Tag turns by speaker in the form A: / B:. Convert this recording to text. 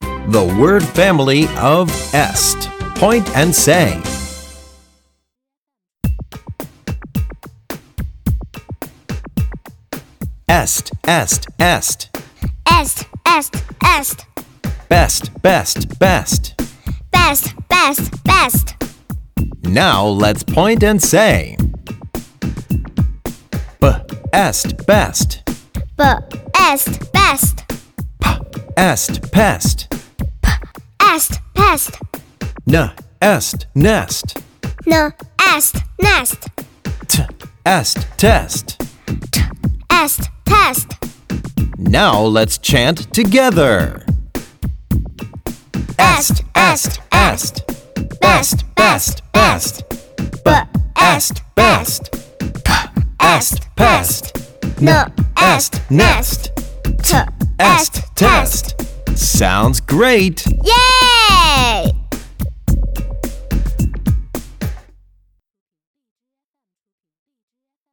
A: the word family of est. Point and say. Est, est, est.
B: Est, est, est.
A: Best, best, best.
B: Best, best, best.
A: Now let's point and say. B, est, best.
B: B est best.
A: Est, pest.
B: Est pest.
A: N, est, nest.
B: N est nest.
A: T, est, test.
B: Est test.
A: Now let's chant together. Est, est, est. Best, best, best. B, est, best. P, est, pest. N, est, nest.
B: T
A: Est, test. Sounds great!
B: Yay!